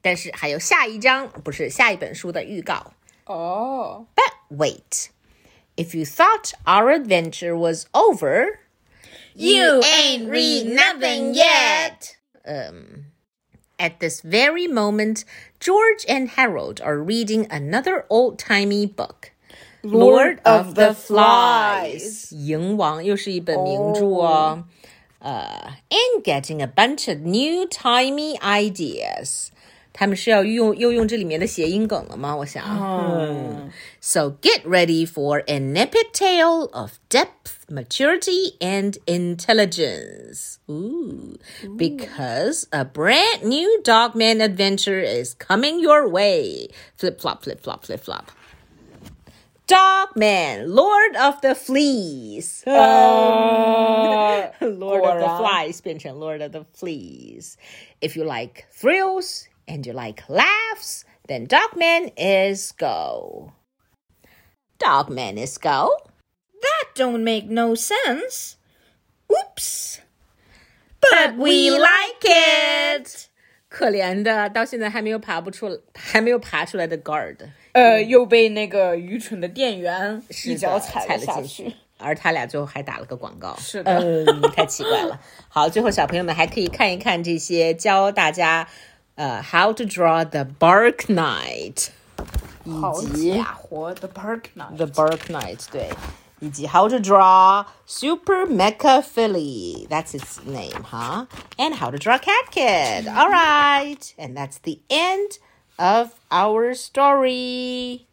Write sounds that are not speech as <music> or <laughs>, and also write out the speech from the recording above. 但是还有下一章，不是下一本书的预告。哦 But wait, if you thought our adventure was over, You ain't read nothing yet. Um, at this very moment, George and Harold are reading another old-timey book. Lord of the Flies. Oh. 蝇王又是一本名著哦。呃、and getting a bunch of new timey ideas. 他们是要用又用这里面的谐音梗了吗？我想。嗯。So get ready for an epic tale of depth, maturity, and intelligence. Ooh. Because a brand new Dogman adventure is coming your way. Flip flop, flip flop, flip flop. Dogman, Lord of the Fleas. Ah. Um, <laughs> Lord of the 果然。 Flies 变成 Lord of the Fleas. If you like thrills and you like laughs, then Dogman is go. Dogman is go. That don't make no sense. Oops. But we like it. 可怜的，到现在还没有爬不出，还没有爬出来的 guard 呃，又被那个愚蠢的店员嗯是一的脚踩了下进去。 <laughs> 而他俩最后还打了个广告，是的嗯，太奇怪 <laughs> 了。好，最后小朋友们还可以看一看这些教大家，呃，how to draw the bark knight，好以及家伙，The Park Knight， the bark knight，对，以及 how to draw super mecha filly，that's its name，哈、huh?，and how to draw cat kid。All right，and that's the end of our story。